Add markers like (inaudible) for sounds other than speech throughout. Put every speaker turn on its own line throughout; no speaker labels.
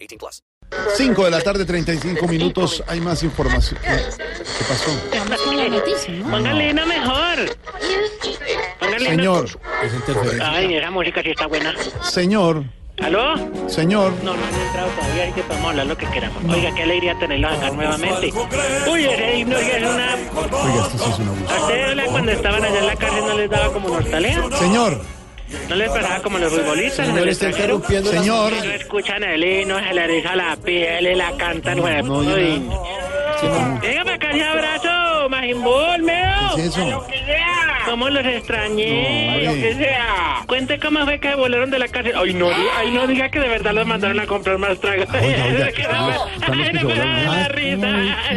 18 plus.
5 de la tarde, 35 minutos. Hay más información. ¿Qué pasó?
Vamos con la noticia, ¿no?
Póngale una mejor. Póngale una-
Señor,
Ay, esa música sí está buena.
señor,
¿Aló?
señor.
No, no han entrado todavía, así que podemos hablar lo que queramos. Oiga, qué alegría tenerlos acá nuevamente. Uy, ese himno ya es una...
Oiga, esto sí es un abuso.
¿A ustedes la- cuando estaban allá en la cárcel no les daba como nostalgia?
Señor,
¿No les pasaba como los futbolistas en el extranjero?
señor.
No escuchan el himno, se le eriza la piel y la cantan. No, Dígame acá, ese abrazo, Majimbol, meo.
¿Qué es eso?
¿Cómo los extrañé?
No, hombre.
lo que sea. Cuente cómo fue que volaron de la cárcel. Ay, no, di- ay, no diga que de verdad los mandaron a comprar más tragos. (laughs)
oiga,
Ay,
están los
no
que
me da
sobraron.
la risa.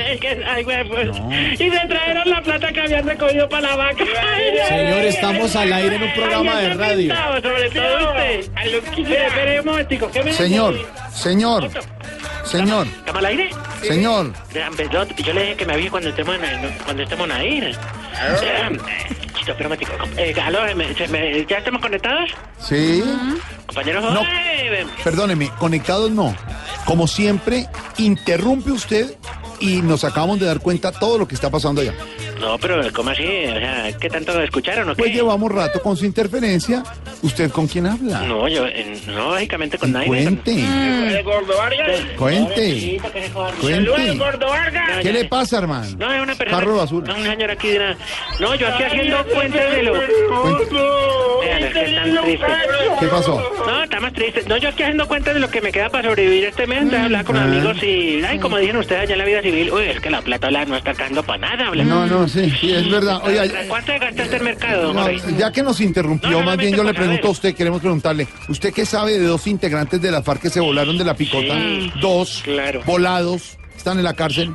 Ay, que- ay, güey, pues. Y se trajeron la plata que habían recogido para la vaca. Señor, estamos al aire en un programa de radio. Sobre todo usted. Espere, espere un momentico. ¿Qué me
Señor, señor, señor,
¿Estamos al aire?
señor.
Vean, pues, Yo yo le dije que me avise cuando estemos en el- cuando estemos en aire. Vean, eh, Chito, espera un momentico. Eh, aló, se me- se me- ¿ya estamos conectados?
Sí,
Compañeros, eh,
No.
¡ay!
perdóneme, conectados no. Como siempre, interrumpe usted y nos acabamos de dar cuenta todo lo que está pasando allá.
No, pero ¿cómo así? O sea, ¿qué tanto escucharon o qué?
Pues llevamos rato con su interferencia. ¿Usted con quién habla?
No, yo, eh, no, lógicamente con nadie.
Cuente,
Gordo Vargas?
cuente. Cuente.
Gordo Vargas!
¿Qué le pasa, hermano?
eh, No, es una persona.
Carro basura.
Un señor aquí de una... No, yo aquí haciendo cuentas de lo. Vean, es que están tristes.
¿Qué pasó?
No, está más triste. No, yo aquí haciendo cuentas de lo que me queda para sobrevivir este mes, de hablar con
Ah.
amigos y. Ay, como dijeron ustedes allá en la vida civil, uy, es que la plata la no está cagando para nada, bla.
No, no, sí, sí, es verdad. Oiga, ya-
¿Cuánto gastaste el mercado, don
no,
Jorge?
ya que nos
No,
interrumpió,
no,
más bien yo le
solamente para
pregunto a
saber.
usted, queremos preguntarle, ¿usted qué sabe de dos integrantes de la FARC que se volaron de la picota?
Sí,
dos,
claro.
volados, están en la cárcel.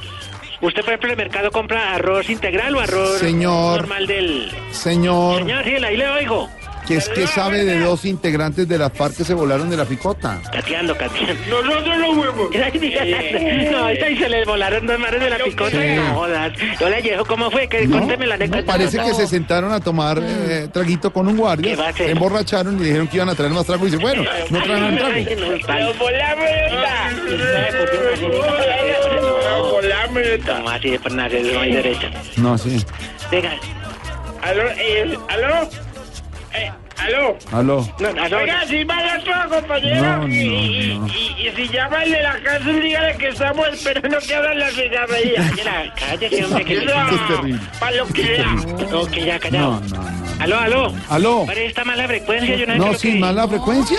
¿Usted, por ejemplo, en el mercado compra arroz integral o arroz
Señor.
normal del...
Señor,
Señor, sí, ahí le oigo.
¿qué, es- ¿qué sabe de dos integrantes de la FARC que se volaron de la picota?
Cateando, cateando. Nosotros no huevos. No, ahorita y se le volaron dos mares de la picota.
Sí.
No jodas. Yo le llevo cómo fue, que
¿No?
cuénteme la anécdota. Mm.
Parece que se sentaron a tomar eh, traguito con un guardia,
¿Qué va a hacer?
se emborracharon y le dijeron que iban a traer más trago y dice, bueno, no traerán
Ay,
trago.
no, volamos ¿Cómo así de por nacer? No hay derecho.
No, sí,
Venga.
Aló, eh, aló, eh, aló.
aló.
No, no, no.
Oiga, si va el otro compañero
No, no,
y, y-
no.
y- y si llama el de la cárcel, dígale que estamos esperando que abran la cigarrería.
Cállala, cállese, hombre, que-
Esto es terrible.
Para lo que era.
Ok, ya,
No, no,
callado.
no.
Aló, aló.
Aló.
Pero está mala frecuencia, yo no,
No,
creo
sin
que-
mala frecuencia.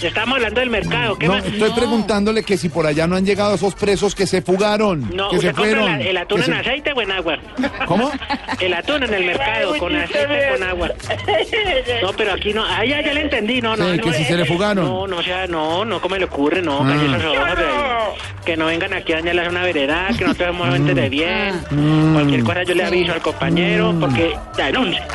Estamos hablando del mercado, ¿qué
No,
más?
estoy preguntándole que si por allá no han llegado esos presos que se fugaron,
No,
que
¿usted
se
compra
fueron.
la- el atún
que
en
se-
aceite o en agua?
¿Cómo?
El atún en el mercado, con aceite o con agua. No, pero aquí no. Ah, ya, ya le entendí. No, no.
Sí,
no, eh,
que si se le fugaron.
No, no, o sea, no, no, ¿cómo le ocurre? No,
Ah.
calle esos ojos, eh. Que no vengan aquí a dañar la zona veredad, que
(laughs)
no tenemos gente
Ah.
de bien.
Mm.
Cualquier cosa yo le aviso al compañero, porque denuncia.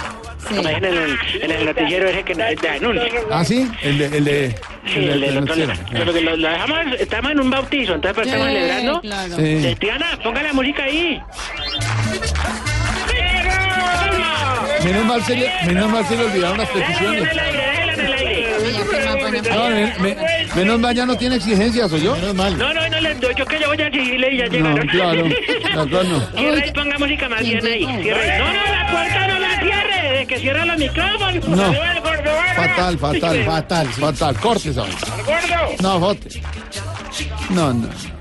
Como dicen en el, en el noticiero ese que denuncia.
¿Ah, sí? El de... El de,
Sí, el del otro lado. Pero que lo, lo dejamos, estamos en un bautizo, entonces pues, estamos celebrando.
claro.
Sí.
Eh, Diana, ponga la música ahí.
Menos mal se le, menos mal se le olvidaron las peticiones.
Déjala en el aire, déjala en el aire.
Ya fue más buena
No,
para-
me- me- menos mal ya no tiene exigencias, ¿o yo? Menos mal.
No, no, no les doy, yo que yo voy a seguirle y ya
No,
llegaron.
claro.
(laughs)
De acuerdo.
Cierra y ponga música más bien ahí. Cierra ahí. No, no, la puerta no la cierre, de que cierra los micrófonos.
No.
Se va el gordo, va.
Fatal,
(laughs)
fatal, fatal, fatal. Corte, ¿sabes?
Gordo.
No, jote. No, no. no.